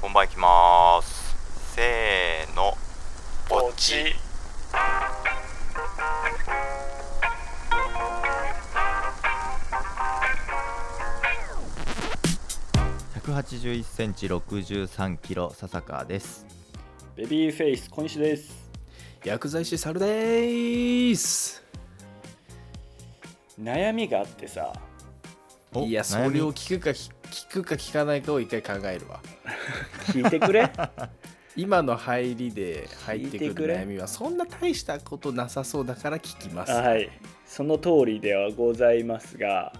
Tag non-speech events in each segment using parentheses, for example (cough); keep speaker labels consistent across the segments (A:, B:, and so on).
A: 本番いきまーすせーの
B: ポチ
A: 181センチ63キロ笹川です
C: ベビーフェイス小西です
D: 薬剤師猿でーす
C: 悩みがあってさ
A: お
D: いやそ
A: 悩み
D: れを聞くか聞聞くか聞かないかを一回考えるわ
C: 聞いてく
D: (laughs)
C: れ
D: 今の入りで入っ
C: 聞
D: て
C: いて
D: く
C: く
D: る
C: れ
D: 悩みはそんな大したことなさそうだから聞きます
C: はいその通りではございますが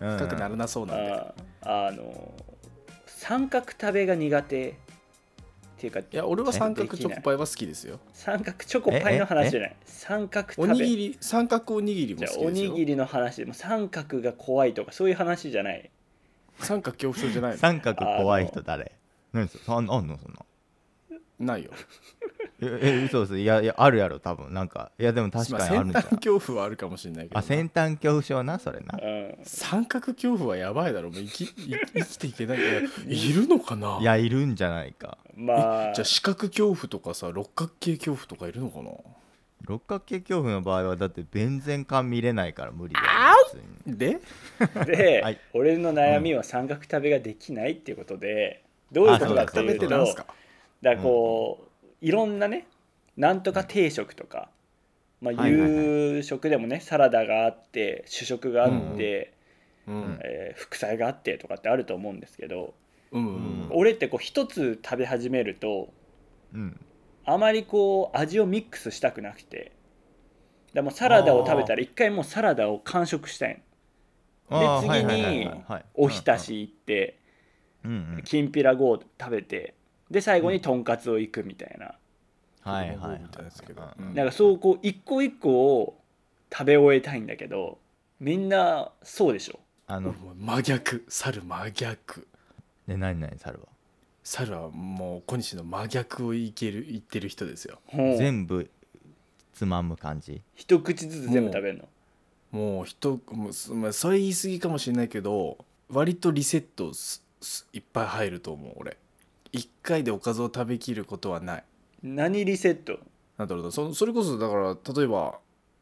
A: うん
D: 深くならなそうなんで
C: ああの三角食べが苦手っていうか
D: いや俺は三角
C: で
D: チ
C: きな
D: ョ
C: い
D: コパイは好きですよ
C: 三角チョコパイの話じゃない三角
D: お
C: 食べ
D: にぎり三角おにぎりも
C: じ
D: 好
C: ゃあ
D: き
C: お
D: です
C: に
D: よ
C: ぎりの話でも三角が怖いとかそういう話じゃない
D: 三角恐怖症じゃない
A: 三角怖い人誰何ですかあんあんのそんな
D: のないよ
A: ええ嘘ですいやいやあるやろ多分なんかいやでも確
D: まあ
A: かにあるん
D: 先
A: じゃん
D: 端 (laughs) 恐怖はあるかもしれないけど
A: あ先端恐怖症なそれな
C: うん
D: 三角恐怖はやばいだろもう生き生き生きていけないい
C: (laughs)
D: やいるのかない
A: やいるんじゃないか
C: まあ
D: じゃあ四角恐怖とかさ六角形恐怖とかいるのかな
A: 六角形恐怖の場合はだって全然感見れないから無理だよ普通に
D: で
C: で、
A: はい
C: 俺の悩みは三角食べができないっていうことで、どういうことかって
D: 食
C: い
D: べ
C: う
D: て
C: と
D: なんすか
C: だからこう、いろんなねなんとか定食とか、まあ、
A: はいはいはい
C: 夕食でもねサラダがあって主食があって、
D: うんうん
C: えー副菜があってとかってあると思うんですけど
D: うん
A: うん
C: 俺ってこう一つ食べ始めると
A: うん
C: あまりこう味をミックスしたくなくて。でもうサラダを食べたら一回もうサラダを完食したいの
A: あーはい
C: 次に
A: はいはいはいはい
C: おひたし行って
A: うんうん
C: きんぴらごを食べてで最後にとんかつを行くみたいな、
A: はいはいはい
D: みたいですけど
A: う
D: うんん
C: なんかそうこう一個一個を食べ終えたいんだけどみんなそうでしょ
A: あの
D: もう真逆猿真逆
A: ね何何猿は
D: 猿はもう小西の真逆をいける言ってる人ですよ
C: ほう
A: 全部つまむ感じ
C: 一口ずつ全部食べるの
D: もう人もうすまあそれ言い過ぎかもしれないけど割とリセットすすいっぱい入ると思う俺一回でおかずを食べきることはない
C: 何リセット
D: なんだろうなそそれこそだから例えば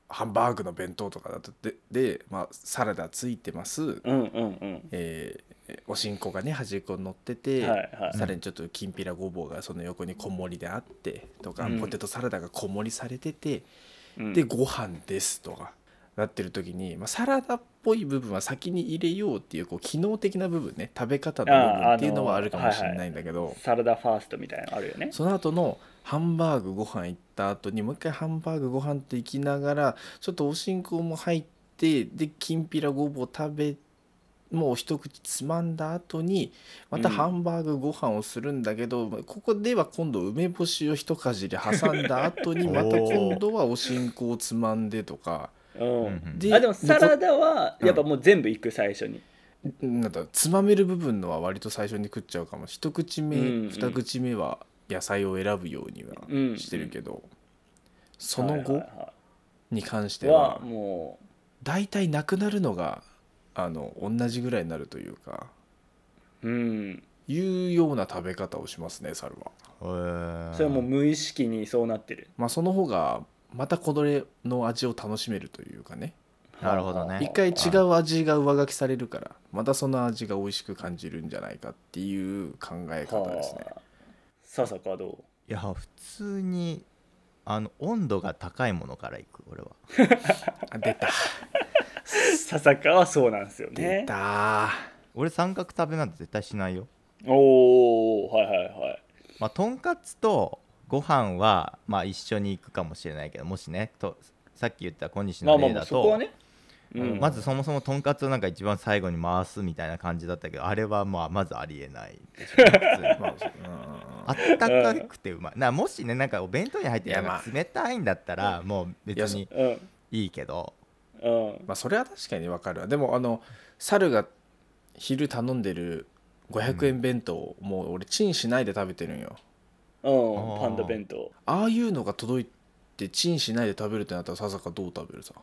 D: ハンバーグの弁当とかだとでで、まあ、サラダついてます、
C: うんうん
D: えーおしんこがね端っこに乗って
C: う
D: て、
C: んはいはい
D: さらにちょっときんぴらごぼうがその横に小盛りであってとか、
C: うん
D: ポテトサラダが小盛りされてて、
C: うん
D: でご飯ですとかなってる時に、まあ、サラダっぽい部分は先に入れようっていうこう機能的な部分ね食べ方の部分っていうのはあるかもしれないんだけど、
C: サラダファーストみたいなのあるよね
D: その後のハンバーグご飯行った後にもう一回ハンバーグご飯って行きながらちょっとおしんこも入ってできんぴらごぼう食べもう一口つまんだ後にまた
C: うん
D: ハンバーグご飯をするんだけど、ここでは今度梅干しを一かじり挟んだ後に
A: お
C: (laughs)
A: ー
D: また今度はおしんこをつまんでとか
C: うん、
A: うん
D: で
C: あでもサラ
D: 残
C: ダはやっぱもう全部いく最初に、
D: なんだつまめる部分のは割と最初に食っちゃうかも一口目、
C: うんうん
D: 二口目は野菜を選ぶように
C: うんうん
D: はしてるけど、その後、
C: はいは
D: に関し
C: い
D: て
C: はいは
D: は
C: も
D: 大体なくなるのがあの同じぐらいになるというか
C: ううん
D: いうような食べ方をしますね猿は。
C: それはもう無意識にそうなってる
D: まあ、その方がまたこれの味を楽しめるというかね
A: なるほどね
D: 一回違う味が上書きされるからまたその味が美味しく感じるんじゃないかっていう考え方ですね。
C: はあ笹かどう
A: いや普通にあの温度が高いものからいく俺は
D: あ出た
C: 笹かはそうなんですよね
D: 出た
A: 俺三角食べなんて絶対しないよ
C: おおはいはいはい
A: まあとんかつとご飯はまあ一緒に行くかもしれないけどもしねとさっき言った小西
C: まあ
A: の
C: ま
A: 例
C: あまあ
A: だ、
C: そことはね、うん、
A: まずそもそもとんかつをなんか一番最後に回すみたいな感じだったけどあれはまあまずありえないでしょ普通に
D: まあ
A: あったかくてうまいなもしねなんかお弁当に入って
D: いや
A: なんか
D: ま
A: 冷たいんだったらもう別
D: いやそ
A: に
C: うん
A: いいけど
C: うん
D: まあそれは確かにわかるわでもあの猿が昼頼んでる500円弁当、もう俺チンしないで食べてるんよ
C: うんパンダ弁当
D: ああいうのが届いてチンしないで食べるってなったらささかどう食べるさ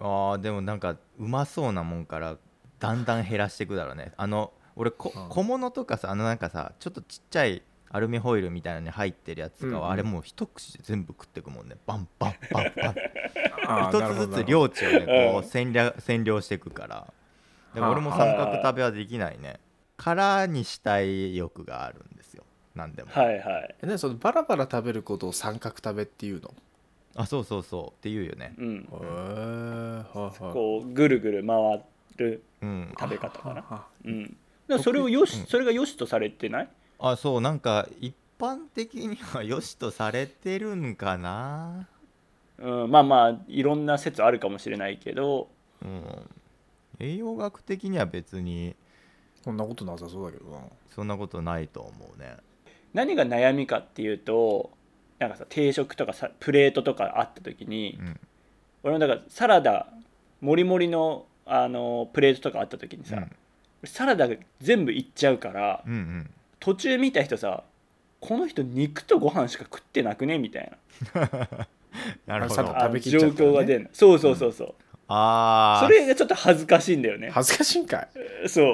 A: あーでもなんかうまそうなもんからだんだん減らしていくだろうねあの俺こ
D: うん
A: 小物とかさあのなんかさちょっとちっちゃいアルミホイルみたいなのに入ってるやつとかは、
D: うんうん
A: あれもう一口で全部食ってくもんねバンバンバンバン
D: (laughs) あーなるほ
A: 一つず
D: どなる
A: つ
D: ほど
A: 領地をねこ
C: うん
A: う占領占領していくからだから俺も
D: は
A: 三
D: あはあ
A: 角食べはできないね殻にしたい欲があるんですよ何でも、
C: はいはい
D: えねそのバラバラ食べることを三角食べっていうの
A: あそうそうそうって言うよね
C: うん
D: へえはいはい
C: こうぐるぐる回る
A: うん
C: 食べ方かな
D: な
C: うんでもそれをよし、
A: うん
C: それが良しとされてない
A: あそうなんか一般的には良しとされてるんかな
C: うん、まあまあいろんな説あるかもしれないけど
A: うん栄養学的には別に
D: そんなことなさそうだけどな
A: そんなことないと思うね
C: 何が悩みかっていうとなんかさ定食とかさプレートとかあった時に
A: うん
C: 俺もだからサラダもりもりのあのプレートとかあった時にさ、
A: うん
C: サラダが全部いっちゃうから
A: うんうん
C: 途中見た人さこの人肉とご飯しか食ってなくねみたい
A: なるほ
D: サ
A: ど
C: なあ
D: ラダ食
C: の
D: べきっ
C: 状
D: ちゃったら
C: 況
D: ね
C: が出るのそうそうそうそう、
A: あ
C: それがちょっと恥ずかしいんだよね
D: 恥ずかしいんかい
C: そうい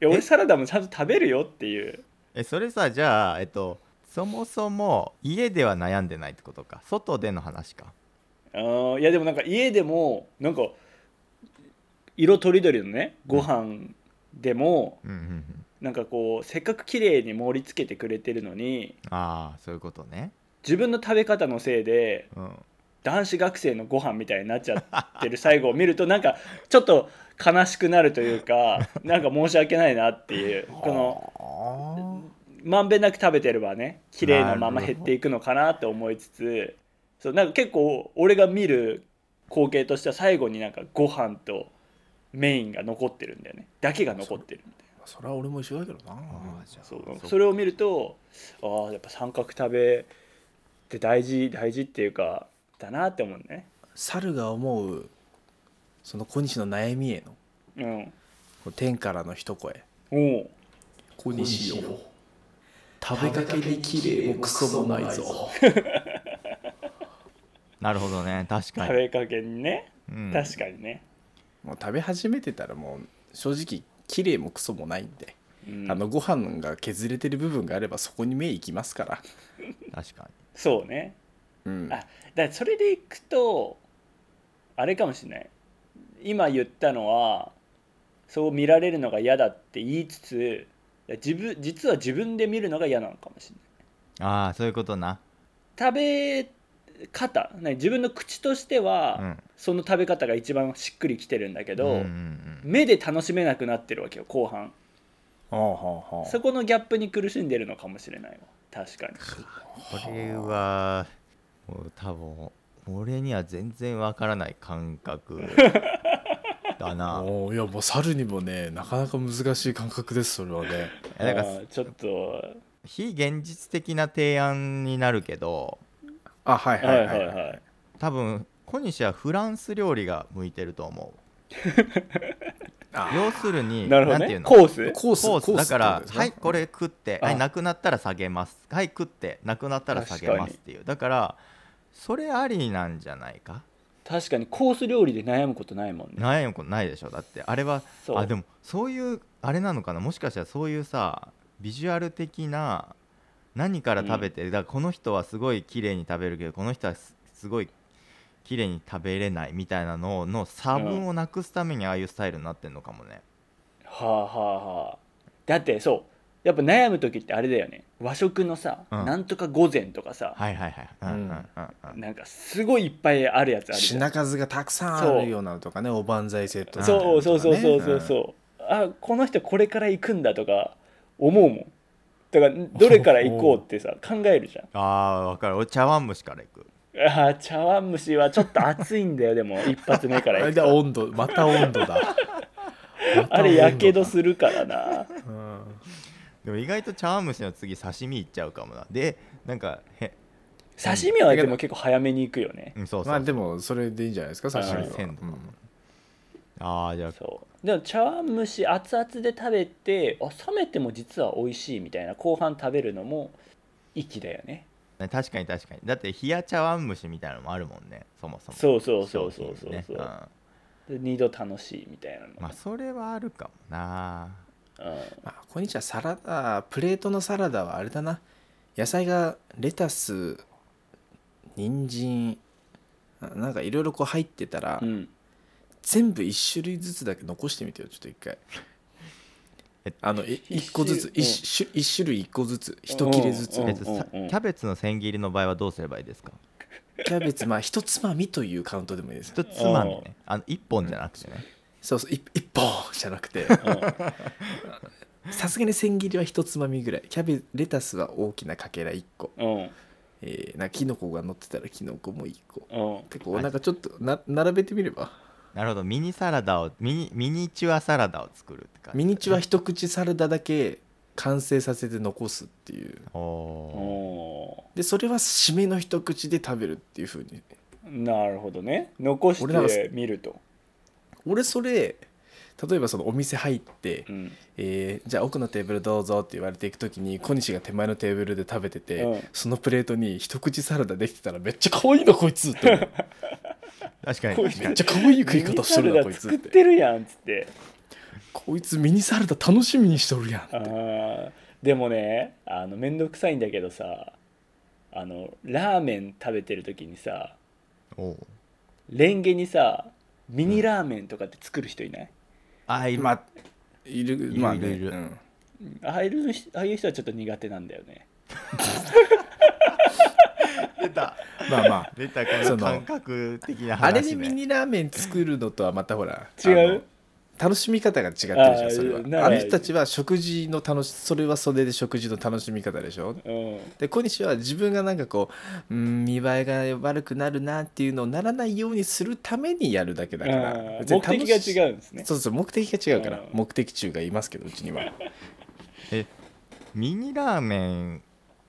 C: や俺
A: え
C: サラダもちゃんと食べるよっていう
A: えそれさじゃあえっとそもそも家では悩んでないってことか外での話か
C: あーいやでもなんか家でもなんか色とりどりのねご飯でも
A: うんうんうん
C: なんかこうせっかく綺麗に盛り付けてくれてるのに
A: ああそういうことね
C: 自分の食べ方のせいで
A: うん
C: 男子学生のご飯みたいになっちゃってる最後を見るとなんかちょっと悲しくなるという (laughs) かなんか申し訳ないなっていう (laughs) この
D: の
C: まんべんなく食べてればね綺麗なまま減っていくのかなと思いつつそうなんか結構俺が見る光景としては最後になんかご飯とメインが残ってるんだよねだけが残ってるみたい
D: それは俺も一緒だけどな
A: ああじゃ
C: な
A: あ
C: そう
A: っか
C: それを見るとああやっぱ三角食べって大事大事っていうかだなって思うね
D: 猿が思うその小西の悩みへの
C: うん
D: こう天からの一声
C: おう
D: 小西よ食べかけに綺麗もクソもないぞ
A: なるほどね確か
C: 食
A: に、
C: べかけにね、
A: うん、
C: 確かにね、
D: もう食べ始めてたらもう正直綺麗もクソもないんで、
C: うん
D: あのご飯が削れてる部分があればそこに目いきますから
A: 確かに
C: そうね
D: うん
C: あだからそれでいくとあれかもしれない今言ったのはそう見られるのが嫌だって言いつつ自分実は自分で見るのが嫌なのかもしれない
A: ああそういうことな
C: 食べ方ね自分の口としては、
A: うん
C: その食べ方が一番しっくりきてるんだけど、
A: うんうん
C: 目で楽しめなくなってるわけよ後半
D: はあはあはあ
C: そこのギャップに苦しんでるのかもしれないわ確かに
A: うん、これはもう多分俺には全然わからない感覚だ
C: (laughs)
A: な
D: おーいやもう猿にもねなかなか難しい感覚ですそれはね
A: えだから
C: あーちょっと
A: 非現実的な提案になるけど
D: あはい
C: はいはいはい
A: 多分小西はフランス料理が向いてると思う
D: あ
A: 要するに
C: なるほど
A: んていう
C: ね
A: の
C: コース
D: コース
A: コースだから、はいこれ食って、は
C: あ
A: いなくなったら下げますはい食ってなくなったら下げますっていうだからそれありなんじゃないか
C: 確かにコース料理で悩むことないもんね
A: 悩むことないでしょだってあれは
C: そう
A: あでもそういうあれなのかなもしかしたらそういうさビジュアル的な何から食べてる、だからこの人はすごい綺麗に食べるけどこの人はすすごい綺麗に食べれないみたいなのの差分をなくすためにああいうスタイルになってんのかもね、
C: はあはあはあだってそうやっぱ悩む時ってあれだよね和食のさ、
A: うん
C: なんとか午前とかさ、
A: はいはいはいうんうんうんうん
C: なんかすごいいっぱいあるやつあるじゃん
D: 品数がたくさんあるようなのとかねおばんざいセットみたいな
C: そう
D: の
C: そう
D: とか
C: そう
D: ね
C: そうそうそう、あこの人これから行くんだとか思うもんだからどれから行こ
A: (laughs)
C: うってさ考えるじゃん
A: ああ分かる俺茶碗蒸しからいく
C: あー茶碗蒸しはちょっと熱いんだよでも一発目か
D: あ
C: ら
D: れ
C: 行
A: (laughs)
C: く
D: だ
C: と
D: 温度また温度だ
C: (laughs) あれやけどするからな
A: (laughs)
D: る、うん
A: でも意外と茶碗蒸しの次刺身いっちゃうかもなでなんかへ、
C: 刺身はでも結構早めに行くよね
A: うん、そうそう、
D: まあでもそれでいいんじゃないですか
C: はい
D: 刺身は
A: 鮮度
D: うん
A: ああじゃあ
C: そうでも茶碗蒸し熱々で食べてあ冷めても実は美味しいみたいな後半食べるのも粋だよね
A: ね確かに確かにだって冷や茶碗蒸しみたいなのもあるもんねそもそも
C: そうそうそうそうそうそ
A: 商品ねん
C: う
A: ま
C: で二度楽しいみたいなの、
A: あそれはあるかもな
C: うん、
D: まあ、こんにちはサラダプレートのサラダはあれだな野菜がレタス人参あなんかいろいろこう入ってたら、
C: うん
D: 全部1種類ずつだけ残してみてよちょっと一回
A: え
D: あのい一個ずつ
C: 一
D: 一種一種類一個ずつ一切れずつ
C: うん
A: え
D: キ
A: っとさ
C: うんうん
A: キャベツの千切りの場合はどうすればいいですか
D: ャベツまあ一つまみというカウントでもいいです
A: 一つまみねあの一本じゃなくてね
D: そうそうい一本じゃなくて
C: う
D: さすがに千切りは一つまみぐらいキャベレタスは大きなかけら1個、
C: んうん
D: えー、なキノコが乗ってたらキノコも1個
C: うん
D: 結構なんかちょっとな並べてみれば
A: なるほどミニサラダをミニミニチュアサラダを作るって感じ
D: ミニチュア一口サラダだけ完成させて残すっていう
A: おー
C: お
D: でそれは締めの一口で食べるっていう風に
C: ーなるほどね残し
D: 俺なんか
C: てみると、
D: 俺それ例えばそのお店入って、
C: うん
D: えーじゃあ奥のテーブルどうぞって言われていく時に小西が手前のテーブルで食べてて、
C: うん
D: そのプレートに一口サラダできてたらめっちゃ可愛いなこいつって思
C: (laughs)
D: う
A: 確かに
C: こういう
A: 確か
D: めっ
A: に
D: ちゃ可愛い食
C: ミ
D: い
C: ニ
D: 方し
C: サ
D: てる
C: ラ
D: なこ
C: ダ
D: いつ
C: 作
D: っ
C: っててるやんっつって
D: こいつミニサラダ楽しみにしとるやんって
C: あーでもねあの面倒くさいんだけどさあのラーメン食べてる時にさ
A: おー
C: レンゲにさミニラーメンとかって作る人いない、
A: あ今
D: まあいる
A: る
D: まあね
A: いるいる
D: うん
C: ああいう人ああいう人はちょっと苦手なんだよね
A: 出た
D: まあまあ
A: 出たこ
D: そ
A: の
D: の
A: 感覚的な
D: あれ
A: 話
D: でミ
A: ね
D: ニラーメン作るのとはまたほら
C: 違う
D: あの楽しみ方が違ってるじゃ
C: あー
D: んそれは
C: なら
D: あの人たちは食事の楽しそれはそれで食事の楽しみ方でしょ
C: うん
D: で小西は自分がなんかこう、うん、見栄えが悪くなるなっていうのをならないようにするためにやるだけだから
C: うん
D: 別に
C: 目
D: 楽し
C: 的が違うんですね
D: そうそう目的が違うから
C: うん
D: 目的中がいますけどうちには
A: えミニラーメンっ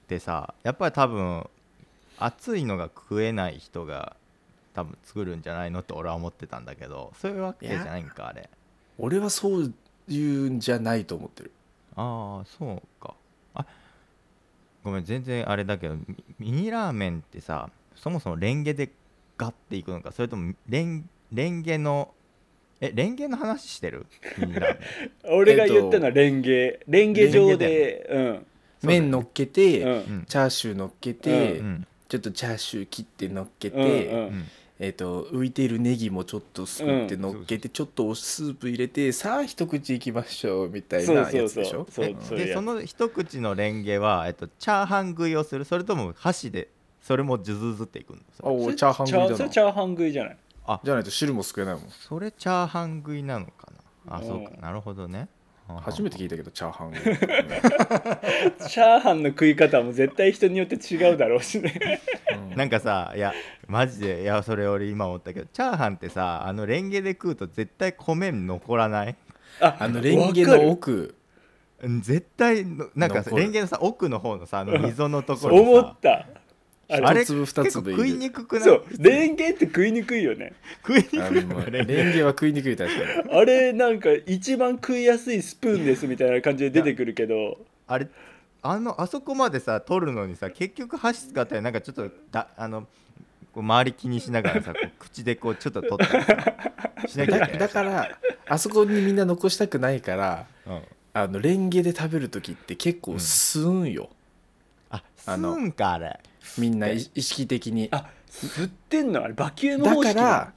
A: てさやっぱり多分熱いのが食えない人が多分作るんじゃないのって俺は思ってたんだけどそういうわけじゃないんかあれ
D: 俺はそういうんじゃないと思ってる
A: ああそうかあごめん全然あれだけどミミニラーメンってさそもそもレンゲでガッていくのかそれともレンレンゲのえレンゲの話してるミニラーメン
C: 俺が言ったのはレンゲレンゲ状でうん
A: そうだよね
D: 麺乗っけ
C: う
D: て、
C: ん (laughs)
A: うん
D: チャーシュー乗っけて、
A: うん
D: ちょっとチャーシュー切って乗っけて、
C: うんうん
A: うん
D: えー、と浮いているネギもちょっとすくって乗っけて、ちょっとおスープ入れてさあ一口いきましょうみたい
C: そう
D: な
C: そ
D: や
C: う
D: つ
C: そ
D: で
C: う
D: しょ
C: そう
D: うん
C: そういう
A: で
C: やつ
A: その一口のレンゲは、えっと、チャーハン食いをするそれとも箸でそれもジュズズっていくのそ
D: あ
A: れ
D: お
C: そ
D: ー
C: れ
D: チャーハン食
C: チ
D: い
C: ャーそ
D: だ
C: れ
D: な
C: チャーハン食いじゃない
D: じゃないと汁もすくえないもん
A: それチャーハン食いなのかなあ
C: うん
A: そうかなるほどね
D: 初めて聞いたけどチャーハ (laughs) ン
C: チャーハンの食い方も絶対人によって違うだろうし
D: (laughs)
C: ね
D: うん
A: なんかさいやマジでいやそれ俺今思ったけどチャーハンってさあのレンゲで食うと絶対米残らない
C: あ
D: あのレンゲの
C: わか
D: 奥
A: うん絶対のなんかさ
D: 残る
A: レンゲのさ奥の方のさあの溝のとこ
C: る思
A: ろ
C: っ
A: さ
C: たあれ
A: あれ
D: 一粒
A: 結
D: 二
A: 構
D: 粒いる
A: 食いにくくない
C: そうレンゲって食いにくいよね
A: 食いにく
D: あ
A: い
D: の
A: よね
D: レ
A: レ
D: ン
A: ンゲ
D: ゲは食いにくい確かに
C: あれなんか一番食いやすいスプーンですみたいな感じで出てくるけど
A: あれあのあそこまでさ取るのにさ結局箸使ったりなんかちょっとだあのこう周り気にしながらさこう口でこうちょっと取ったり
D: (laughs)
A: さしなきゃい
D: だ (laughs)
A: けない
D: だからあそこにみんな残したくないから
A: うん
D: あのレンゲで食べる時って結構吸うんよ、
A: あス
D: あの
A: ーンかあれ
D: みんな意意識的に
C: あ吸ってんのあれバキューム
D: だ
C: 方
D: か
C: 式
D: ら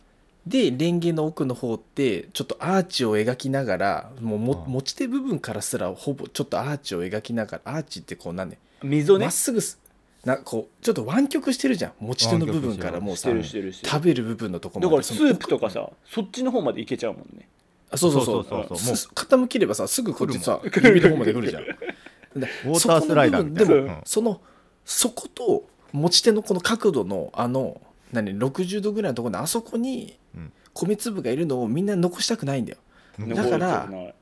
D: でレンゲの奥の方ってちょっとアーチを描きながらもうも
A: うん
D: 持ち手部分からすらほぼちょっとアーチを描きながらアーチってこうなんね
C: 溝
D: ま
C: ね
D: っすぐすなこうちょっと湾曲してるじゃん持ち手の部分からもう
C: し
D: さ
C: てる
D: 食
C: してるしてる
D: べる部分のとこま
C: だ
D: で
C: からス
D: その
C: ープとかさそっちの方までいけちゃうもんね
D: あそうそうそう
A: そうそうそうそう
D: もうす傾ければさすぐこっちさ
C: るもん
D: 指の方まで来るじゃんウ
A: ウォータースライダーみたいな
D: で
A: う
D: も、
A: ん
D: そのそこと持ち手のこの角度のあの何60度ぐらいのところのあそこに
A: うん
D: 米粒がいるのをみんな残したくないんだよ
A: うん
D: だ
C: 残るや
D: から
C: つない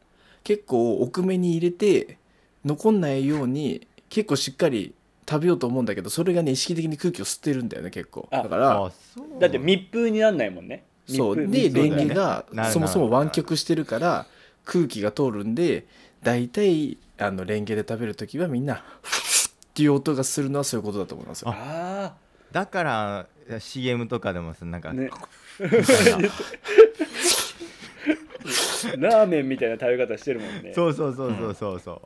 D: 結構奥目に入れて残んないように結構しっかり食べようと思うんだけどそれがね意識的に空気を吸ってるんだよね結構
C: あ
D: だから
A: あそう
C: だって密封になんないもんね
D: そう
C: 密封
D: で
C: 密封だ
D: レ
C: よ
D: ン
C: ね
D: ゲが
A: なるなる
D: そもそも湾曲してるから空気が通るんで大体あのレンゲで食べる時はみんなっていう音がするのはそういうことだと思いますよ。
C: あ
A: だから CM とかでもさなん
C: あ
A: か、
C: ね
A: (laughs)
C: (laughs)
A: みたいな
C: ラーメンみたいな食べ方してるもんね
A: そうそうそうそうそうそう、
C: うん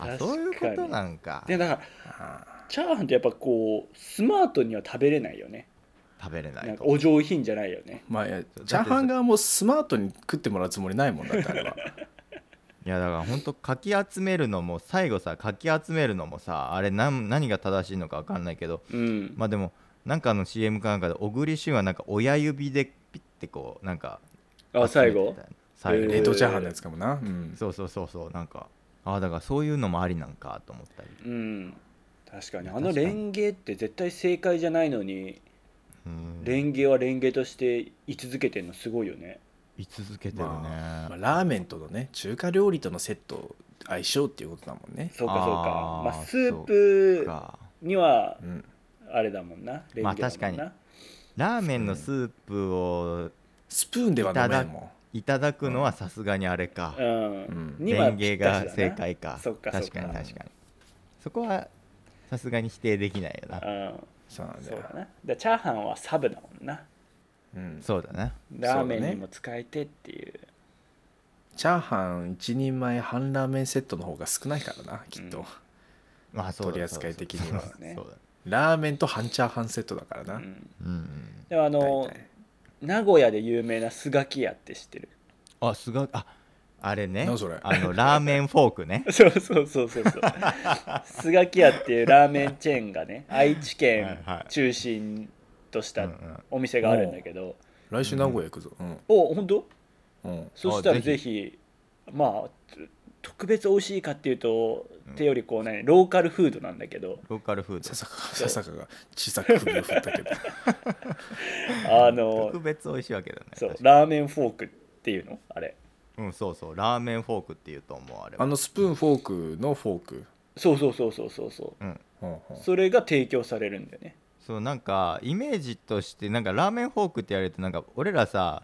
A: あそういうことなんか
C: でだから
D: あ
C: チャーハンってやっぱこうスマートには食べれないよね
A: 食べれな
C: なん
A: いと
C: かお上品じゃないよね
D: まあいやチャーハン側もスマートに食ってもらうつもりないもんだってあれ
C: (laughs)
D: は
A: いやだからほんとかき集めるのも最後さかき集めるのもさあれ何何が正しいのか分かんないけど
C: うん、
A: まあでもなんかの CM かなんかで小栗旬はなんか親指でピッてこうなんか
C: あ最
A: 集め
C: 後
A: てたよ最後
C: へ
D: 冷凍チャーハンのやつかもな、うん、
A: そうそうそうそうなんかああだからそういうのもありなんかと思ったり
C: うん確かに
A: いや
C: あの
A: 確かに
C: レンゲって絶対正解じゃないのに
A: うん
C: レンゲはレンゲとして居続けてるのすごいよね
A: 居続けてるね、
D: まあ、まあラーメンとのね中華料理とのセット相性っていうことだもんね、
C: そうかそうか
A: あー
C: まあスープ
A: か
C: には
D: うん、
C: あれだもんなレンゲだもんな、
A: まあ確かにラーメンのスープを
D: スプーンでは飲めんも
A: いただくのはさすがにあれか、
C: うん、
D: うん
C: に
A: レ
C: は
A: ン
C: ぴ
A: ゲ
C: った
A: が
C: しだな
A: 正解か
C: そっかそ
A: 確
C: っか
A: かに確かにそこはさすがに否定できないよな
C: うん
D: そうなんだ
C: そう
D: よ
C: だなでチャーハンはサブだもんな
D: うん、
A: そうだね
C: ラーメンにも使えてっていう
D: チャーハン一人前半ラーメンセットの方が少ないからなきっと、
C: うん
A: まあそうだ
D: 取り扱い的には
A: そうだそうだ
D: ラーメンと半チャーハンセットだからな、
C: うん
A: うんうん
C: でもあの
D: 大体
C: 名古屋で有名なスガキ屋って知ってる (laughs)
A: あすがああれね
D: 何それ
A: あのラーメンフォーク
C: (laughs)
A: ね
C: そうそうそう
A: (laughs)
C: そうそうスガキ屋っていうラーメンチェーンがね愛知県
A: はいはい
C: 中心とし
A: うんう
C: た
A: ん
C: お店があるんだけど、
D: 来週名古屋行くぞうん
C: お本当
D: うん
C: そしたら
A: あぜ
C: ぜ
A: ひ
C: ひまあつ特別美味しいかっていうと、ってよりこうねローカルフードなんだけど
A: ローカルフー
D: ささか
C: そ
D: さ
C: う
D: さかが小さく首を振ったけど
A: ド (laughs)
C: あの
A: 特別美味しいわけだね
C: そう
A: 確か
C: ラーメンフォークっていうのあれ
A: うんそうそうラーメンフォークっていうと思うあれは
D: あのスプーンフォークのフォーク、
C: そうそうそうそうそうそう
A: うん
D: うんうん
C: それが提供されるんだよね
A: そうなんかイメージとしてなんかラーメンフォークって言われるとなんか俺らさ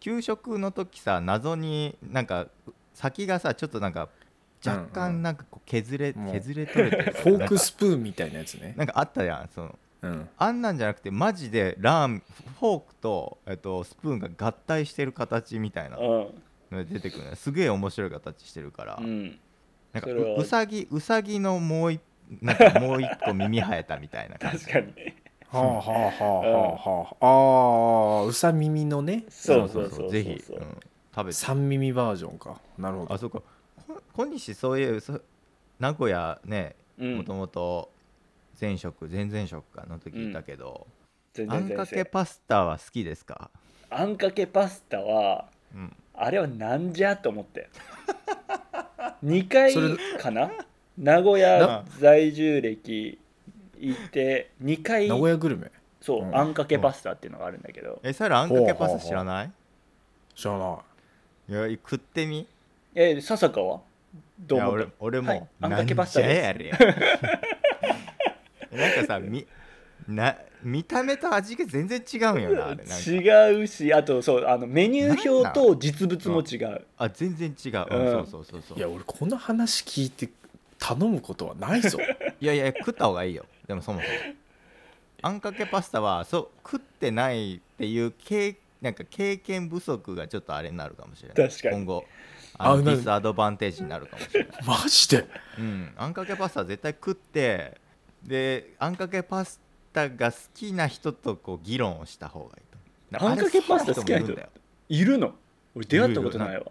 A: 給食の時さ謎になんか先がさちょっとなんか若
D: うんう
A: 干
D: ん
A: なんかこう削れ、
D: もう
A: 削れ取れてる
D: フ
C: (laughs)
D: ォークスプーンみたいなやつね
A: なんかあったやんその
D: うん
A: あんなんじゃなくてマジでラーメンフォークと、えっと、スプーンが合体してる形みたいなの
C: うん
A: が出てくるのよすげえ面白い形してるから、
C: うん
A: なんか
C: それは
A: ううさぎうさぎのもういなんかもう一個耳生えたみたいな感じ
C: 確かに
D: はあはあはあはあはああーうさ耳のね
C: そうそうそうそう
A: ぜひ、うん、食べて
D: 三耳バージョンかなるほど
A: あそうかこ小西そういうそ名古屋ね
C: うん
A: もともと前職前々職かの時いたけど、
C: 全
A: あ
C: 然
A: ん
C: 全
A: かけ
C: 然
A: パスタは好きですか、
C: あんかけパスタは
A: うん、
C: あれはなんじゃと思って2回
D: それ
C: かな名古屋
A: な
C: 在住歴いて2回
D: 名古屋グルメ
C: そう、
D: うん
C: あんかけパスタっていうのがあるんだけど、
A: えさらあんかけパスタ知らない
D: 知らない
A: いや食ってみ
C: え笹川はどう
A: いや
C: 思っ
A: 俺
C: た
A: 俺
C: はい
A: も、
C: あん
A: な
C: かけパスタ
A: ん
C: で
A: じ
C: す
A: ゃやれ (laughs) なんかさみな見た目と味が全然違うんよなあれな
C: (laughs)
A: んか
C: 違うしあとそうあのメニュー表と実物も違う
A: あ全然違う、うん
C: うん
A: そうそうそうそう
D: い
A: い
D: や
A: や
D: 俺この話聞いて頼むことはないぞ
A: いやいや食った方がいいよでもそもそもあんかけパスタはそう食ってないっていう経なんか経験不足がちょっとあれになるかもしれない
C: 確かに
A: 今後あ
D: あ
A: の
D: な
A: デ
D: る
A: ィスアドバンテージになるかもしれない
D: マジで
A: うん、あんかけパスタ絶対食ってであんかけパスタが好きな人とこう議論をした方がいいと思う
C: あんかけパスタ好きな人
A: あれ好もいるんだよ
C: いるの俺出会ったことないわ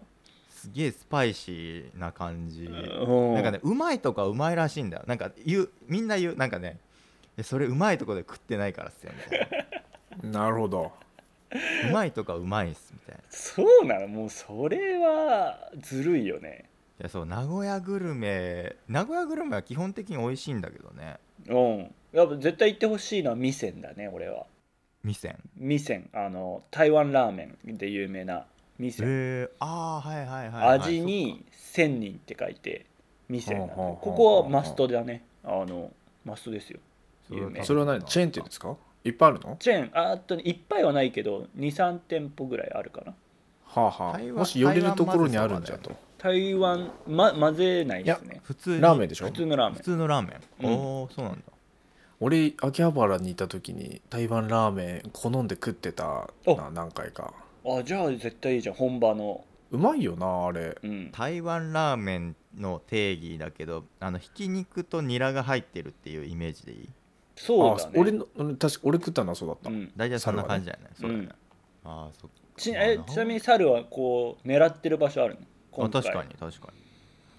A: すげえスパイシーな感じ
C: うん
A: なんかねうまいとかうまいらしいんだよなんか言うみんな言うなんかねえそれうまいとこで食ってないからっすよみたい
D: なるほど
C: (laughs)
A: なうまいとかうまいっすみたいない
C: そうなのもうそれはずるいよね
A: やそう名古屋グルメ名古屋グルメは基本的に美味しいんだけどね
C: うんやっぱ絶対行ってほしいのは味仙だね俺は
A: 店へ
C: 味仙あの台湾ラーメンで有名な味仙
A: えああはいはいはい、はい、
C: 味に「千人」って書いて味仙なんで
D: ほうほう
C: こ
D: ほう
C: こはマストだねあのマストですよ
A: そう
C: 有名
D: それは何チェーン店ですかいっぱいあるのは
C: チェーンああとねいっぱいはないけど23店舗ぐらいあるかな
D: あはあ
A: 台湾
D: もし寄れるところにあるんじゃと
C: 台湾、ま、混ぜないですね
A: 普通に
D: ラーメンでしょ
C: 普通のラーメ
A: 普
C: ン
A: 通のラーメン、
C: うん
A: おおそうなんだ
D: 俺秋葉原にいた時に台湾ラーメン好んで食ってた
C: お
D: な何回か
C: あじゃあ絶対いいじゃん本場の
D: うまいよなあれ
C: うん、
A: 台湾ラーメンの定義だけどあのひき肉とニラが入ってるっていうイメージでいい
C: そうだ
D: あ
C: ね
D: 俺のうん確か俺食ったのはそうだった、
C: うん
A: 大体そんな感じじゃない、そううだね、
C: ん、
A: ああそっか
C: ち
A: あ
C: え
A: ほん
C: ちなみに猿はこう狙ってる場所あるの
A: あ
C: 今回
A: 確かに確かに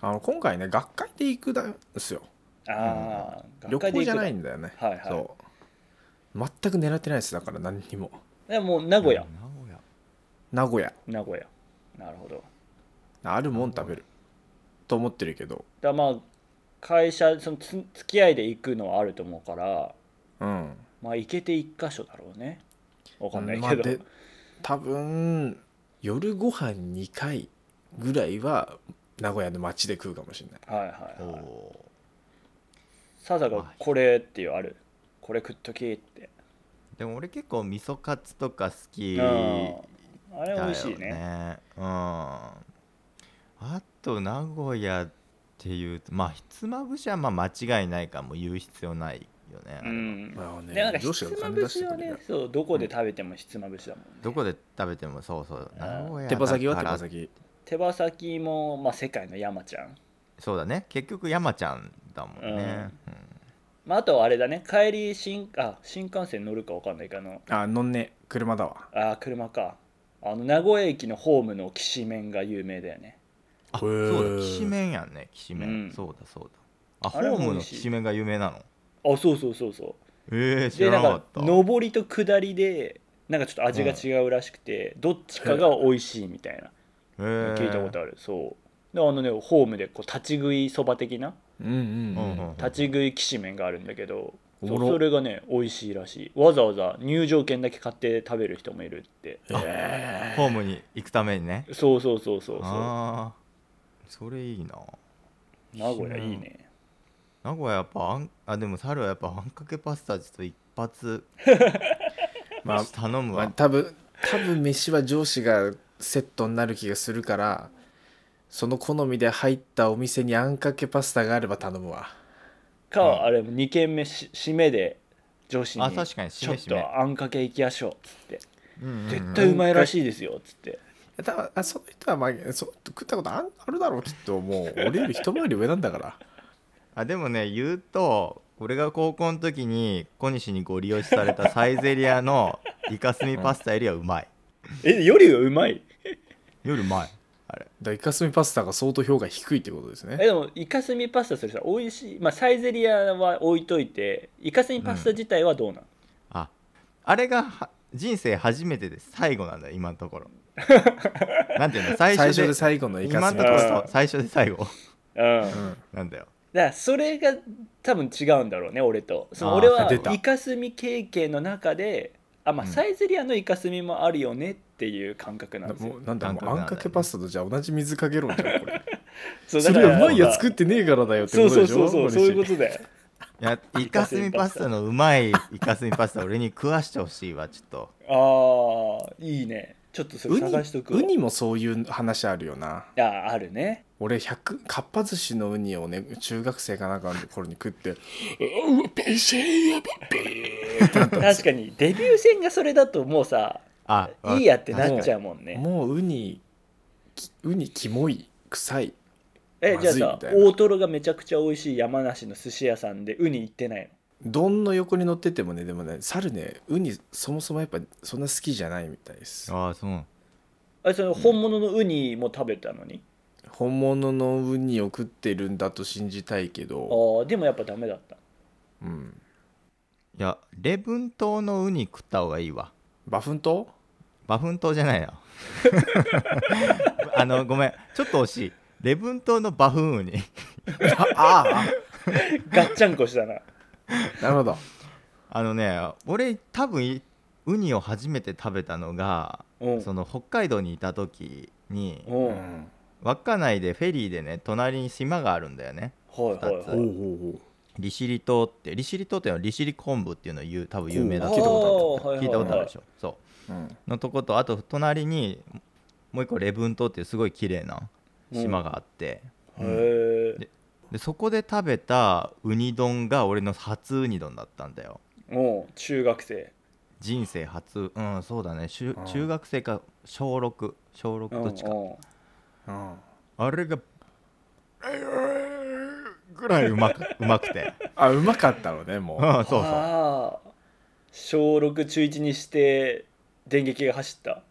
D: あの今回ね学会で行くだんですよ
C: ああ、
D: 旅行じゃない
C: い
D: んだよね、
C: はいはい
D: そう全く狙ってないですだから何にも
C: でももう名古屋、
A: うん名古屋
D: 名古屋
C: 名古屋なるほどだか
D: あるもん食べると思ってるけど
C: らまあ会社そのつ付き合いで行くのはあると思うから
D: うん
C: まあ行けて一箇所だろうねわかんない
D: まあ
C: けど、
D: で多分夜ご飯2回ぐらいは名古屋の街で食うかもしれない
C: はいはい
A: お
C: はい
A: お
C: サザがこれっていうあるこれ食っときって
A: ーでも俺結構味噌カツとか好き
C: あ
A: だよ
C: ーあれ美味しいね
A: ねうんあと名古屋っていうとまあひつまぶしはまあ間違いないかも言う必要ないよね、
C: うん
D: まあね
C: でなんかひ
D: 上司
C: つ
D: が
C: ま
D: 金
C: ぶ
D: 出し
C: しては
D: くれ
C: ね
D: る
C: そうどこで食べてもひつまぶしだもんね、
A: どこで食べてもそうそう
C: うん
A: 名古屋
D: 手羽先は
A: だ
D: 手
A: から
D: 羽先
C: 手羽先も、まあ、世界の山ちゃん、
A: そうだね結局山ちゃんだもんね、
C: まあ、あとはあれだね帰り新あ新幹線乗るか分かんないけどあの
D: あのんね車だわ
C: あー車かあの名古屋駅のホームのきしめんが有名だよね
A: あ
D: へ
A: そ
D: ー
A: うだきしめんやんねきしめん、
C: うん
A: そうだそうだあホ
C: あれも
A: ーム
C: 美
A: の
C: 味しい
A: きしめんが有名なの
C: あそうそうそうそ
A: えー、
C: う
A: 知
C: で
A: ら
C: なん
A: なか
C: か
A: った
C: 上りと下りでなんかちょっと味が違うらしくて、どっちかが美味しいみたいな
A: えー
C: 聞いたことあるそうであのねホームでこう立ち食いそば的な
D: うんうんう
A: うんうん
D: ん
C: 立ち食いきしめんがあるんだけど、そ
D: おも
C: う
D: ろ
C: それがね美味しいらしいわざわざ入場券だけ買って食べる人もいるって
D: え
A: ホームに行くためにね
C: そうそうそうそうそう
A: ああそれいいな
C: 名古屋いいね
A: 名古屋やっぱあんあでも猿はやっぱあんかけパスタちょっと一発
D: ーまあ
A: 頼む
D: ま
A: わ、
D: あ多分多分飯は上司がセットになる気がするからその好みで入ったお店にあんかけパスタがあれば頼むわ
C: か、
A: うん
C: あれ2軒目し締めで上司に
A: あ確かに
C: ち
A: 締
C: ょ
A: め
C: っ
A: 締め
C: とあんかけ行きやしょう」つって
A: うんうんう
C: 「
A: ん
C: 絶対うまいらしいですよ」っつって
D: 多分あその人は、まあ、その人食ったことあんあるだろうきっともう
C: (laughs)
D: 俺より一回り上なんだから
A: あでもね言うと俺が高校の時に小西にご利用しされたサイゼリアのイカスミパスタよりはうまい、
C: 「えよりうまい
A: よりうまいあれ
D: だからイカスミパスタが相当評価低いってことですね
C: えでもイカスミパスタそれさ美味しいまあサイゼリアは置いといてイカスミパスタ自体はどうなの、
A: ああれがは人生初めてで最後なんだよ今のところなんていうの最初
D: 最初
A: で
D: で最後のイカ
A: 今
D: ス
A: の
D: ミ
A: と
D: パ
A: こ
D: ス
A: ろそ
C: スタ
D: タ
A: う最初で最後
C: うん、だ
D: う
C: か
D: ん
A: なんだよ
C: らそれが多分違うんだろうね俺とその
A: あー
C: 俺は
D: 出た
C: イカスミ経験の中であまあ
A: うん
C: サイゼリアのイカスミもあるよねっていう感覚なん
D: な
C: ですよ
D: もうなんだ
A: 感
D: も
A: 覚
D: う
A: が
D: あ
A: ね
D: んかけパスタとじゃあ同じ水かけ論じゃん
C: (laughs)
D: これ
C: そう
D: そ
C: だか
D: れ
C: ら
D: はうまいやつ食ってねえからだよって
C: そ
D: こ
C: う
D: と
C: そう
D: でし
C: そ
D: ょ
C: うそう
D: 小
C: そう
D: 西
C: いうことだよ
A: いやイカスミパスタのうま
C: (laughs)
A: いイカスミパスタ俺に食わしてほしいわちょっと
C: ああいいねちょっとそれ探しとく
D: ウニウニもそういう話あるよな
C: ああるね
D: 俺100かっぱ寿司のウニをね中学生かなんかの頃に食って「うわ美味しいやば
C: 確かにデビュー戦がそれだともうさ
A: あわ
C: いいやってなっちゃうもんね
D: もうウニきウニキモい臭い
C: えじゃあ
D: まずい
C: さ
D: みたいな
C: 大トロがめちゃくちゃ美味しい山梨の寿司屋さんでウニ行ってない
D: 丼の横に乗っててもねでもね猿ねウニそもそもやっぱそんな好きじゃないみたいです
A: ああそう
C: のあその本物のウニも食べたのに、
D: 本物のウニを食ってるんだと信じたいけど、
C: ああでもやっぱダメだった
D: うん、
A: いや礼文島のウニ食った方がいいわ
D: バフン島
A: バフン島じゃない
C: (laughs)
A: よあのごめんちょっと惜しい礼文島のバフンウニ
D: ああ
C: ガッチャンコしたな
D: あなるほど
A: あのね俺多分ウニを初めて食べたのが
C: うん
A: その北海道にいた時に
C: うん
D: う
C: はい
D: ん
A: 稚内でフェリーでね隣に島があるんだよね
C: はい
A: 二つ
D: おう
C: はい
D: おうおう
A: 利尻島って利尻島っていうのは利尻昆布っていうの有多分有名だ
D: 聞いた
C: ことある
A: 聞いたことあるでしょそう
D: うん
A: のとことあと隣にもう一個礼文島っていうすごい綺麗な島があって、
C: へえ
A: ででそこで食べたウニ丼が俺の初ウニ丼だったんだよ
C: もう中学生
A: 人生初うんそうだねしゅ
D: うん
A: 中学生か小6小6どっちか
C: うんうん
D: うん
A: あれがぐらいうまくうまくて
D: あうまかったのね
A: う
D: もうん
A: そうそう
C: ああ小6中1にして電撃が走った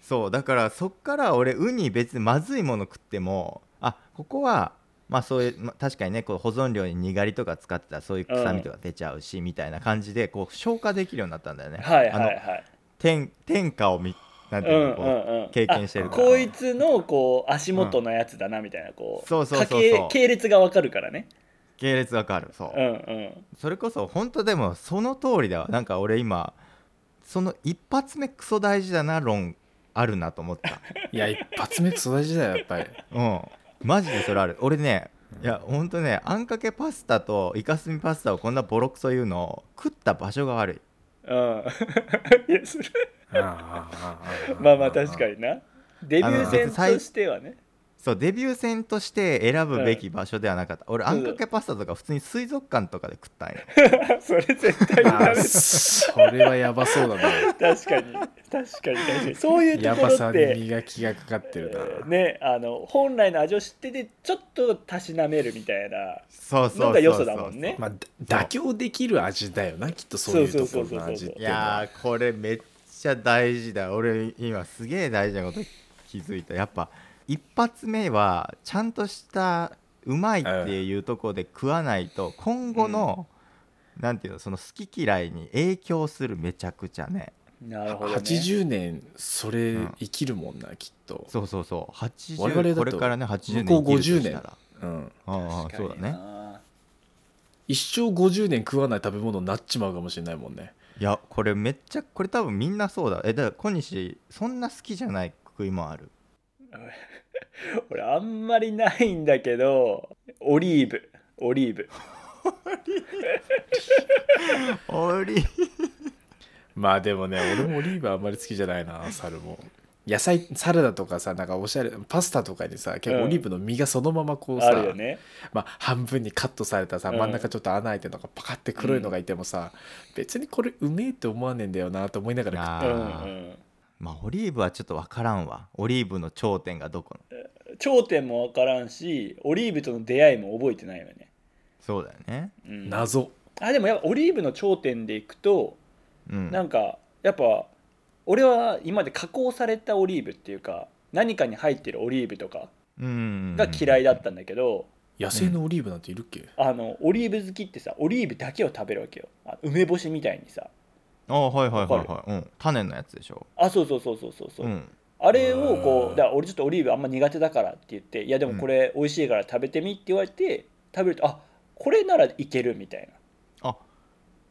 A: そうだからそっから俺ウニ別にまずいもの食ってもあここはまあそういう、まあ確かにねこう保存料ににがりとか使ってたらそういう臭みとか出ちゃうし、みたいな感じでこう消化できるようになったんだよね、
C: はいはい
A: あの
C: はい
A: 天天下をみなんて
C: う
A: いうんのこ
C: う
A: う、
C: んうん
A: 経験してる
C: あ
A: から
C: こいつのこう足元のやつだなみたいなこう
A: そうそうそうそう
C: 家系系列がわかるからね
A: 系列わかるそう、
C: うんうん
A: それこそ本当でもその通りだわなんか俺今その一発目クソ大事だな論あるなと思った
D: いや一発目クソ大事だよやっぱり
A: うんマジでそれある俺ねいやほんとねあんかけパスタとイカスミパスタをこんなボロクソ言うの食った場所が悪い
C: うん (laughs) いやそれま
D: ま
C: あまあ確かになデビュー戦として
A: (laughs)
C: はね
A: そうデビュー戦として選ぶべき場所ではなかった、俺あんかけパスタとか普通に水族館とかで食ったんよ
C: (laughs) それ絶 (laughs) 対にダメだ
D: あ (laughs) それはやばそうだ
C: (laughs)
D: な
C: 確かに確かに確か
D: (laughs)
C: にそういう
D: や
C: とこ
D: ば
C: ろ
D: さ
C: っ
D: に
C: て
D: 磨きがかかってるな、
C: えー (laughs) ねあの本来の味を知っててちょっとたしなめるみたいな
A: そうそうそうそう
C: のが良さだもんね
D: まあだ妥協できる味だよなきっとそういうところの味って
A: い
D: いうのは
A: やーこれめっちゃ大事だ俺今すげえ大事なこと気づいたやっぱ一発目はちゃんとしたうまいっていうところで食わないと今後の、なんていうのその好き嫌いに影響するめちゃくちゃね
C: なるほど、ね、
D: 80年それ
A: うん
D: 生きるもんなきっと、
A: そうそうそう80
D: 我々だと
A: これからね80年
D: 向こう
A: 生きるとしたら
D: うん、
A: ああ
C: 確か
A: そ
C: に
A: うだね
C: な
D: 一生50年食わない食べ物になっちまうかもしれないもんね
A: いやこれめっちゃこれ多分みんなそうだえだから小西そんな好きじゃない食いもある
C: 俺あんまりないんだけどオリーブオリーブ
A: おり
D: まあでもね俺もオリーブあんまり好きじゃないな猿も野菜サラダとかさなんかおしゃれパスタとかにさ結
C: うん
D: 構オリーブの実がそのままこう
C: あ
D: さ、
C: るよね
D: まあ、半分にカットされたさ
C: うん
D: 真ん中ちょっと穴開いてるのがパカッて黒いのがいてもさ、別にこれうめえって思わねえんだよなと思いながら食っ
C: う
A: あ
C: ん
A: ー
C: うん
A: まあオリーブはちょっと分からんわオリーブの頂点がどこの
C: 頂点もわからんしオリーブとの出会いも覚えてないよね、
A: そうだよね
C: うん、
D: 謎
C: あでもやっぱオリーブの頂点でいくと
A: うん
C: なんかやっぱ俺は今まで加工されたオリーブっていうか何かに入ってるオリーブとか
A: うん
C: が嫌いだったんだけど、
D: 野生のオリーブなんているっけ、
C: あのオリーブ好きってさオリーブだけを食べるわけよあ梅干しみたいにさ
A: ああはいはいはい
C: わ
A: はい、うん、種のやつでしょ
C: あそうそうそうそうそうそう、
A: うん
C: あれをこ
D: うん
C: うだから俺ちょっとオリーブあんま苦手だからって言っていやでもこれ美味しいから食べてみって言われて食べるとあこれならいけるみたいな
A: あ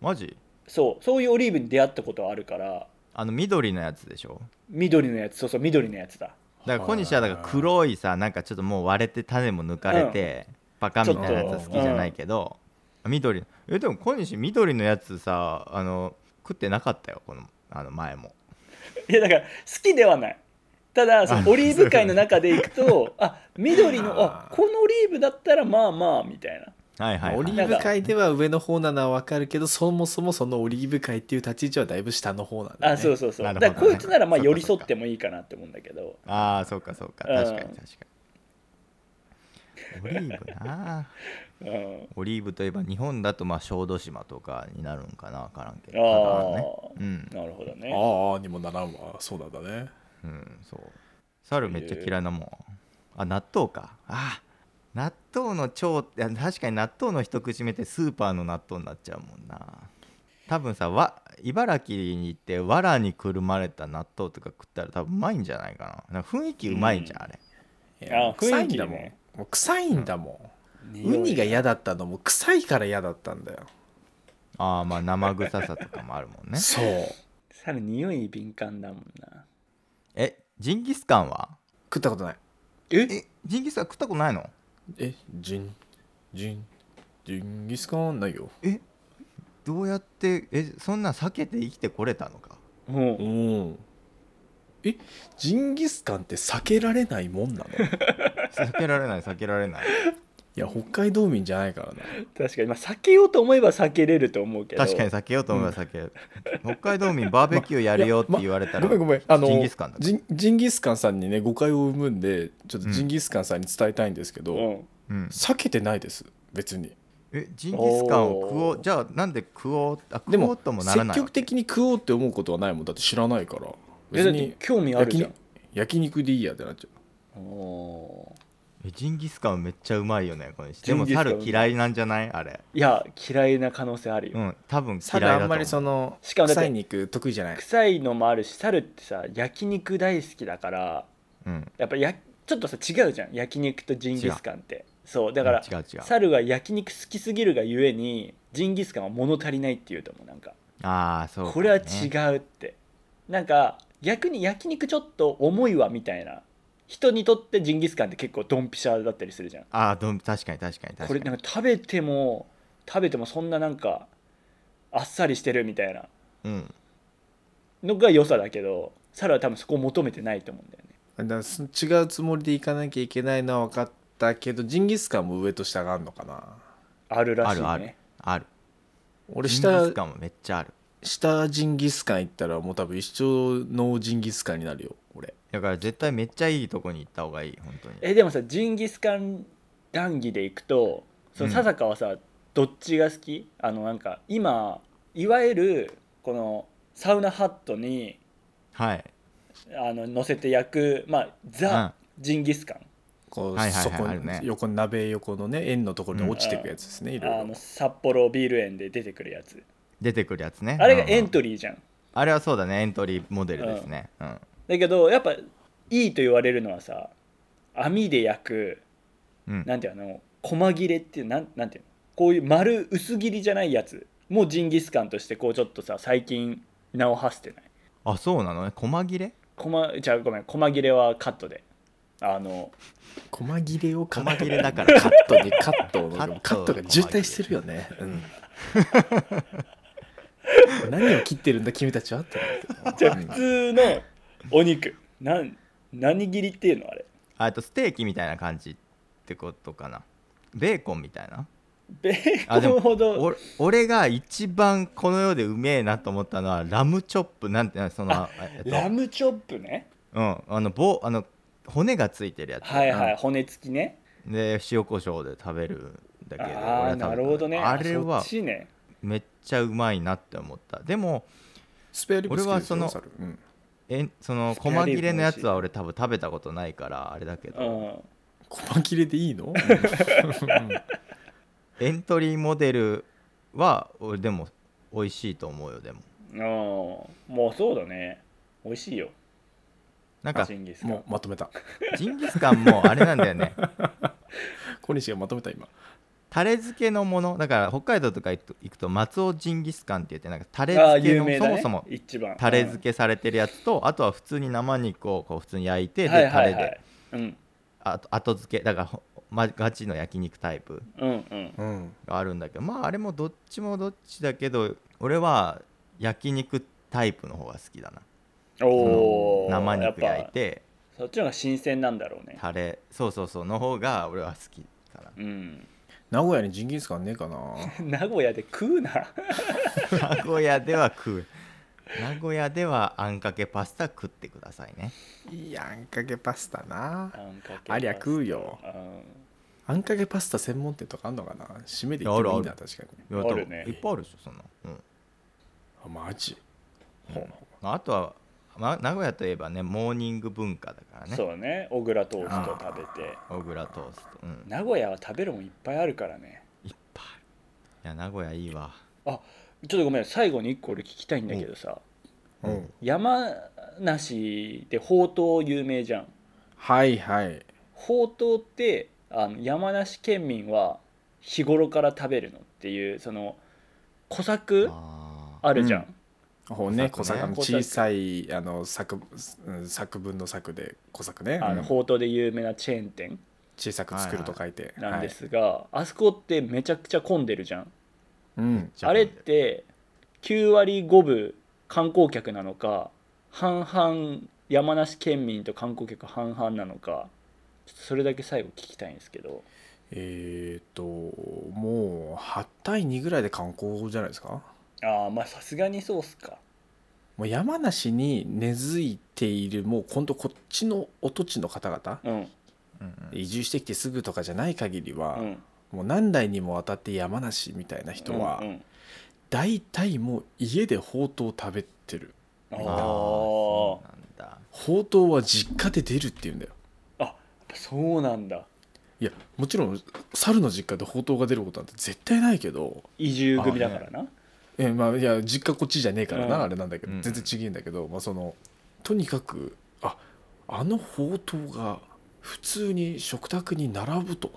A: マジ
C: そうそういうオリーブに出会ったことはあるから
A: あの緑のやつでしょ
C: 緑のやつそうそう緑のやつだ
A: だから小西はだから黒いさなんかちょっともう割れて種も抜かれて、バカみたいなやつ好きじゃないけど、緑えでも小西緑のやつさあの食ってなかったよこのあの前も
C: いやだから好きではないただそ
A: あ
C: のオリーブ界の中でいくとあ緑のあこのオリーブだったらまあまあみたいな
A: はいはい、はい、
D: オリーブ界では上の方なのは分かるけどそもそもそのオリーブ界っていう立ち位置はだいぶ下の方なんだ、ね、
C: あそうそうそう、
A: なる
C: だ
A: ほど
C: か
A: ね
C: らこいつならまあ
A: そっかそっか
C: 寄り添ってもいいかなって思うんだけど
A: ああそうかそうか
C: うん
A: 確かに確かに、オリーブなあ
C: うん
A: オリーブといえば日本だとまあ小豆島とかになるんかな分からんけ
C: あ
A: どカタカナね
C: あ、
A: うん、
C: なるほどね
D: ああにもならんわそうなんだね
A: うん、そう猿めっちゃ嫌いなもん、あ納豆かあ納豆の超いや確かに納豆の一口目ってスーパーの納豆になっちゃうもんな多分さわ茨城に行ってわらにくるまれた納豆とか食ったら多分うまいんじゃないかななんか雰囲気うまいんじゃん、あれ
D: いや
C: あ
D: 臭いん
C: 雰囲気
D: だもん
C: ね
D: もう臭いんだもん、
C: 匂い
D: ウニが嫌だったのも臭いから嫌だったんだよ、
A: ああまあ生臭さとかもあるもんね
D: そう
C: 猿匂い敏感だもんな
A: えジンギスカンは
D: 食ったことない
C: え
A: えジンギスカン食ったことないの
D: えジンジンジンギスカンないよ
A: どうやってえそんな避けて生きてこれたのか
C: もう
D: うんえジンギスカンって避けられないもんなの
A: 避けられない避けられない
D: いや北海道民じゃないからな
C: 確かに、まあ、避けようと思えば避けれると思うけど
A: 確かに避けようと思えば避ける、北海道民バーベキューやるよって言われたら、
D: ごめんごめんあの
A: ジンギスカンだ
D: ジンジンギスカンさんにね誤解を生むんでちょっとジンギスカンさんに伝えたいんですけど、
C: うん、
A: うん、
D: 避けてないです別に
A: えジンギスカンを食おうじゃあなんで食おうあ
D: で
A: 食お
D: も
A: うともなら
D: 積
A: ない
D: 極的に食おうって思うことはないもんだって知らないから
C: えだ
D: 別
C: って
D: に
C: 興味ある
D: 焼
C: じ
D: き
C: ゃん
D: 焼肉でいいやってなっちゃう
C: おー
A: えジンギスカンめっちゃうまいよねこれ
C: ジ
A: で
C: ン
A: も
C: ギスカン
A: 猿嫌いなんじゃないあれ
C: いや嫌いな可能性あるよ、
A: うん多分嫌い
D: 猿
A: だと
D: あん
A: 思
D: まり
A: う
D: その
C: しかもだって
D: 臭い肉得意じゃない
C: 臭いのもあるし猿ってさ焼肉大好きだから
A: うん
C: やっぱやちょっとさ違うじゃん焼肉とジンギスカンってそうだから
A: 違う違う
C: 猿は焼肉好きすぎるがゆえにジンギスカンは物足りないっていうと思うなんか
A: ああそうかもね、
C: これは違うってなんか逆に焼肉ちょっと重いわみたいな人にとってジンギスカンって結構ドンピシャだったりするじゃん
A: ああどん確かに確かに確かに
C: これなんか食べても食べてもそんななんかあっさりしてるみたいな
A: うん
C: のが良さだけど猿は多分そこを求めてないと思うんだよね
D: だからす違うつもりで行かなきゃいけないのは分かったけどジンギスカンも上と下があるのかな
C: あるらしいね
A: あるあるある
D: 俺
A: ジンギ
D: 下
A: スカンもめっちゃある
D: 下ジンギスカン行ったらもう多分一生のジンギスカンになるよ俺
A: だから絶対めっちゃいいとこに行った方がいい本当に
C: えでもさジンギスカン談義でいくとその
A: うん
C: 笹川はさ、どっちが好きあのなんか今いわゆるこのサウナハットに
A: はい
C: あの乗せて焼くまあザ、ジンギスカン
D: こう、
A: はいはいはい
D: そこ
A: あるね
D: 横の鍋横のね円のところに落ちてくやつですね、いろ
C: あ
D: いろ
C: の札幌ビール園で出てくるやつ
A: 出てくるやつね
C: あれが
A: うんうん
C: エントリーじゃん
A: あれはそうだねエントリーモデルですねうん、
C: だけどやっぱいいと言われるのはさ網で焼く
A: うん
C: なんていうのあの細切れっていうなんなんていうのこういう丸薄切りじゃないやつもうジンギスカンとしてこうちょっとさ最近名を馳せてない
A: あそうなのね細切れ
C: 細じゃあごめん細切れはカットであの
D: 細切れをカ
A: 細
D: ット
A: 切れだから
D: カットにカットを
A: カット
D: カットが渋滞してるよね、うん (laughs) 何を切ってるんだ君たちはってな
A: (laughs)
D: る
C: じ
D: け
C: ゃ
D: ど
C: あ普通のお肉なん何切りっていうのあれ
A: (laughs) あとステーキみたいな感じってことかなベーコンみたいな
C: ベー
A: あで
C: コン
A: も
C: ほど
A: お俺が一番この世でうめえなと思ったのはラムチョップなんてそのえっと
C: ラムチョップね
A: うんあの棒あの骨がついてるやつ、
C: はいはい、骨付きね
A: うんで塩コショウで食べるんだけど
C: あ
A: 俺は
C: あ
A: 食べた
C: なるほどね
A: あれ
C: そ
A: は
C: っちね
A: めっちゃうまいなって思ったでも
D: スペアリブ好き
A: 俺は
D: ですよ
A: その
D: 猿うん
A: えその
C: スペア
A: 細
C: リブ
A: 切れのやつは俺多分食べたことないからあれだけ
C: う
A: ど、
C: ん
D: 細切れでいいの、
A: エントリーモデルは俺でも美味しいと思うよでも
C: うんもうそうだね美味しいよ
A: なんか
C: ジンギス
D: うん
C: カン
D: もうまとめた
A: ジンギスカンもあれなんだよね (laughs)
D: 小西がまとめた今
A: タレ漬けのものだから北海道とか行くと行くと松尾ジンギスカンって言ってなんかタレ
C: ああ
A: 漬け
C: 有
A: の、
C: 名
A: そ
C: だ
A: も
C: ね
A: そも
C: 一番
A: タレ漬けされてるやつと、あとは普通に生肉をこう普通に焼いて
C: け
A: で、
C: はいはい
A: タ
C: は
A: レで
C: いうん
A: あと後付けだからほ、ま、ガチの焼肉タイプ
C: うんうん
D: うん
A: があるんだけどまああれもどっちもどっちだけど俺は焼肉タイプの方が好きだな
C: おお
A: 生肉焼いて
C: そっちの方が新鮮なんだろうね
A: タレそうそうそうの方が俺は好きかな
C: うん (laughs)
D: 名古屋にジンギスカンねえかな
C: 名古屋で食
A: (laughs)
C: うな
A: 名古屋では食う名古屋ではあんかけパスタ食ってくださいね
D: いやあんかけパスタな
C: あんかけ
D: ありゃ食うよ
C: うん
D: あんかけパスタ専門店とかあんのかな締めで行ってもいいんだ
A: あ
D: 確かに
A: いや
C: あるね
A: 多分いっぱいあるでしょそんな、うん
D: あマジ
A: まあ、あとは、まあ名古屋といえばねモーニング文化だからね
C: そうね小倉トースト食べて
A: 小倉トースト、うん、
C: 名古屋は食べるもんいっぱいあるからね
A: いっぱいあるいや名古屋いいわ
C: ちょっとごめん最後に1個俺聞きたいんだけどさ
A: うん
D: うん
C: 山梨でほうとう有名じゃん
D: はいはい
C: ほうとうってあの山梨県民は日頃から食べるのっていうその小作
A: あー
C: あるじゃん、
D: ほうね
A: 小
D: 小
A: 作ね
D: 作あの小さいあの作うん作文の作で小作ね
C: あの
D: うん
C: ほうとうで有名なチェーン店
D: 小さく作ると書いて
C: なんで
D: はい
C: すが、あそこってめちゃくちゃ混んでるじゃん
D: うん
A: じゃ
C: あれって9割5分観光客なのか半々山梨県民と観光客半々なのかちょっとそれだけ最後聞きたいんですけど
D: えっ、ともう8対2ぐらいで観光じゃないですか、
C: ああまあさすがにそうっすか
D: まあ、山梨に根付いているもう今度こっちのお土地の方々
C: うん
A: うんうん
D: 移住してきてすぐとかじゃない限りは、
C: うん
D: もう何代にもわたって山梨みたいな人は、
C: うんうん
D: 大体もう家でほうとう食べてる
C: あ
A: あ
C: ー
A: ー
C: そ
A: そうなんだ
D: ほうとうは実家で出るっていうんだよ
C: うなんだ
D: いやもちろん猿の実家でほうとうが出ることなんて絶対ないけど
C: 移住組だからな、
D: えまあいや実家こっちじゃねえからな、
C: うん
D: あれなんだけど、
A: うん
D: 全然違えんだけど、まあ、そのとにかくああのほうとうが普通に食卓に並ぶと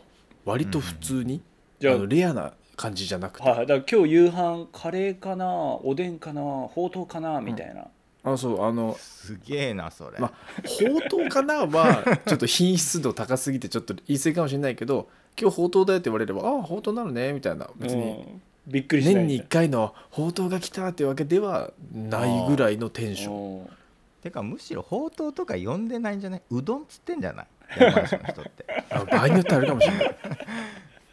D: 割と普通に、
C: じゃあ
D: あのレアな感じじゃなくて、
C: はいはい、だから今日夕飯カレーかなおでんかなほうとうかなみたいな、
D: あそうあの
A: すげえなそれ、
D: まあほうとうかなはちょっと品質度高すぎてちょっと言い過ぎかもしれない
A: (laughs)
D: けど今日ほうとうだよって言われればああほうとうなのねみたいな別に
C: うんびっくりしない
D: 年に1回のほうとうが来たってわけではないぐらいのテンション
C: うん
A: てかむしろほうとうとか呼んでないんじゃないうどんっつってんじゃない山梨の人って
D: (laughs) あ場合によってあるかもしれない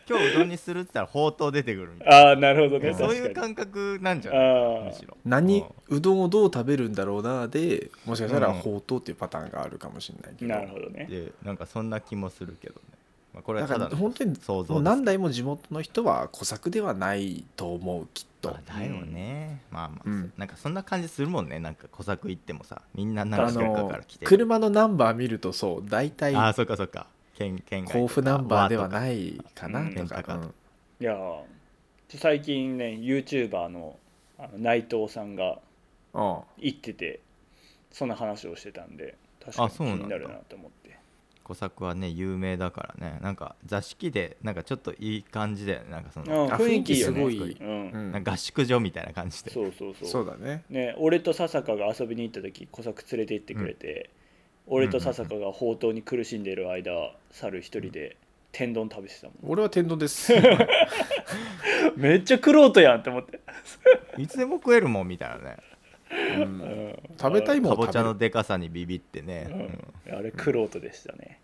A: 今日うどんにするっつったらほうとう出てくるみたい
C: ああなるほど
A: な
C: ね
A: そういう
C: 確か
A: 感
C: に
A: 覚なんじゃない
C: あ
A: む
C: ー
A: しろ
D: 何
A: う
D: うどんをどう食べるんだろうなでもしかしたら
A: うん
D: ほうとうっていうパターンがあるかもしれないけど
C: なるほど
A: ん
C: ね
A: でなんかそんな気もするけどね、まあ、これは
D: だか
A: た
D: ら
A: だの
D: 本当に
A: 想像
D: もう
A: です
D: 何代も地元の人は小作ではないと思うきっと
A: あだよね、まあまあ、
D: うん
A: なんかそんな感じするもんねなんか小作行ってもさみんな
D: あ
A: 何か
D: の
A: から来てる
D: 車のナンバー見るとそう大体
A: ああそっかそっか県県外とか
D: 甲府ナンバーではいないかな
C: うん
D: とか、
A: うん
C: いやー最近ね YouTuber のあの内藤さんが
D: うんうん
C: 行っててそんな話をしてたんで確かに
A: あ
C: 気
A: そうなんだ
C: になるなと思って
A: 小作はね有名だからねなんか座敷でなんかちょっといい感じだよねなんかその、
C: うん
D: あ
C: 雰囲気いいよね
D: 雰囲気すごい
C: うん
D: うん
A: なんか合宿所みたいな感じで
C: そうそうそう
D: そうだね
C: ね、俺と笹香が遊びに行った時小作連れて行ってくれて、俺と笹香が宝刀に苦しんでる間猿一人で天丼食べてたも
D: 俺は天丼です (laughs)
C: ん、 (laughs) めっちゃくろうとやんって思って、
A: いつでも食えるもんみたいなね
D: う
C: うんん
D: 食べたいもん
A: かぼ
D: 食
A: ち
D: べ
A: ゃ
D: る
A: のでかさにビビってね、
C: うん
A: うんい
C: あれくろうとでしたね、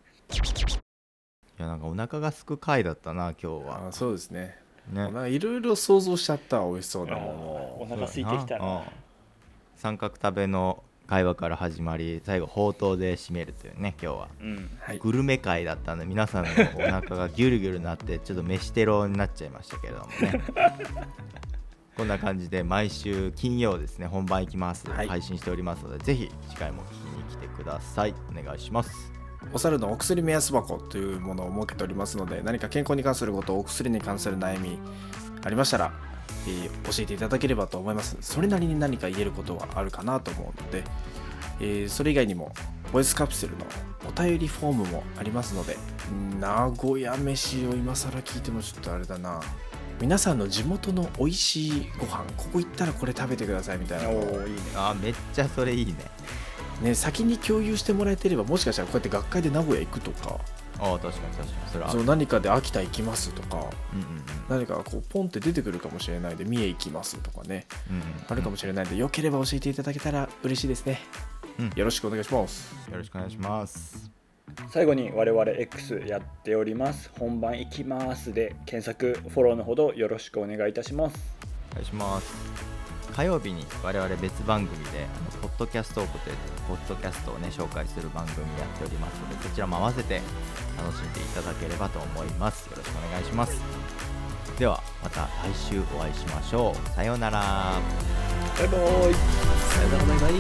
A: やなんかお腹がすく回だったな今日は
D: あそうですね
A: ね
D: なんかいろいろ想像しちゃった美味しそうな
C: あー
D: もの
C: お
D: を
C: 腹空いてきた
A: うん
C: な
A: うん三角食べの会話から始まり最後ほうとうで締めるというね今日は
C: うん
D: はい
A: グルメ会だったんで皆さんのお腹がギュルギュルになってちょっと飯テロになっちゃいましたけれども
D: (laughs)
A: ねこんな感じで毎週金曜ですね本番行きます、
D: はい
A: 配信しておりますのでぜひ次回も聞きに来てくださいお願いします
D: お猿のお薬目安箱というものを設けておりますので何か健康に関することお薬に関する悩みありましたら、えー教えていただければと思いますそれなりに何か言えることはあるかなと思うので、えーそれ以外にもボイスカプセルのお便りフォームもありますので名古屋飯を今更聞いてもちょっとあれだな皆さんの地元の美味しいご飯ここ行ったらこれ食べてくださいみたいなのを
C: おーいいね
A: あーめっちゃそれいいね
D: ね、先に共有してもらえてればもしかしたらこうやって学会で名古屋行くとか
A: ああ確かに確かにそれはあ
D: そ
A: る
D: う何かで秋田行きますとか
A: うんうん
D: 何かこうポンって出てくるかもしれないで三重行きますとかね
A: うんうん
D: あるかもしれないんでよければ教えていただけたら嬉しいですね、
A: うん
D: よろしくお願いします
A: よろしくお願いします
C: 最後に我々 X やっております本番行きますで検索フォローのほどよろしくお願いいたします
A: お願いします火曜日に我々別番組であのポッドキャストオープンというポッドキャストをね紹介する番組やっておりますのでそちらも合わせて楽しんでいただければと思いますよろしくお願いしますではまた来週お会いしましょうさようなら
C: バイバイ
D: さよならバイバイ